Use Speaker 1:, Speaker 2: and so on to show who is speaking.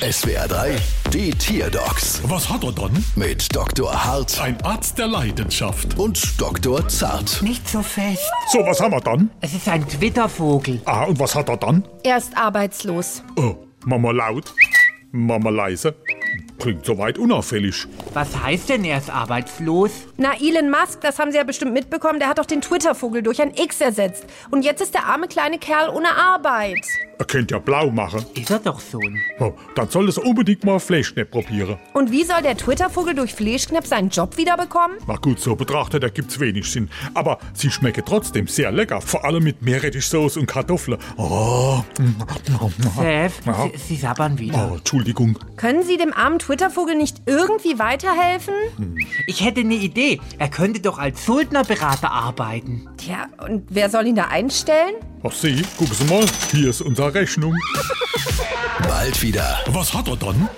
Speaker 1: SWR 3, die Tierdocs
Speaker 2: Was hat er dann?
Speaker 1: mit Dr. Hart
Speaker 2: Ein Arzt der Leidenschaft.
Speaker 1: und Dr. Zart.
Speaker 3: Nicht so fest.
Speaker 2: So, was haben wir dann?
Speaker 3: Es ist ein Twittervogel.
Speaker 2: Ah, und was hat er dann?
Speaker 4: Er ist arbeitslos.
Speaker 2: Oh, Mama laut, Mama leise. Klingt soweit unauffällig.
Speaker 3: Was heißt denn, er ist arbeitslos?
Speaker 4: Na, Elon Musk, das haben Sie ja bestimmt mitbekommen, der hat doch den Twitter-Vogel durch ein X ersetzt. Und jetzt ist der arme kleine Kerl ohne Arbeit.
Speaker 2: Er könnte ja blau machen.
Speaker 3: Ist er doch so. ein-
Speaker 2: Oh, dann soll es unbedingt mal Fleischknepp probieren.
Speaker 4: Und wie soll der Twitter-Vogel durch Fleischknepp seinen Job wiederbekommen?
Speaker 2: Na gut, so betrachtet ergibt's wenig Sinn. Aber sie schmecken trotzdem sehr lecker. Vor allem mit Meerrettichsoße und Kartoffeln. Oh.
Speaker 3: Chef,
Speaker 2: Ja.
Speaker 3: Sie, Sie sabbern wieder.
Speaker 2: oh, Entschuldigung.
Speaker 4: Können Sie dem armen Twitter-Vogel nicht irgendwie weiterhelfen?
Speaker 3: Ich hätte eine Idee. Er könnte doch als Schuldnerberater arbeiten.
Speaker 4: Tja, und wer soll ihn da einstellen?
Speaker 2: Ach sie, gucken Sie mal, hier ist unsere Rechnung.
Speaker 1: Bald wieder.
Speaker 2: Was hat er dann?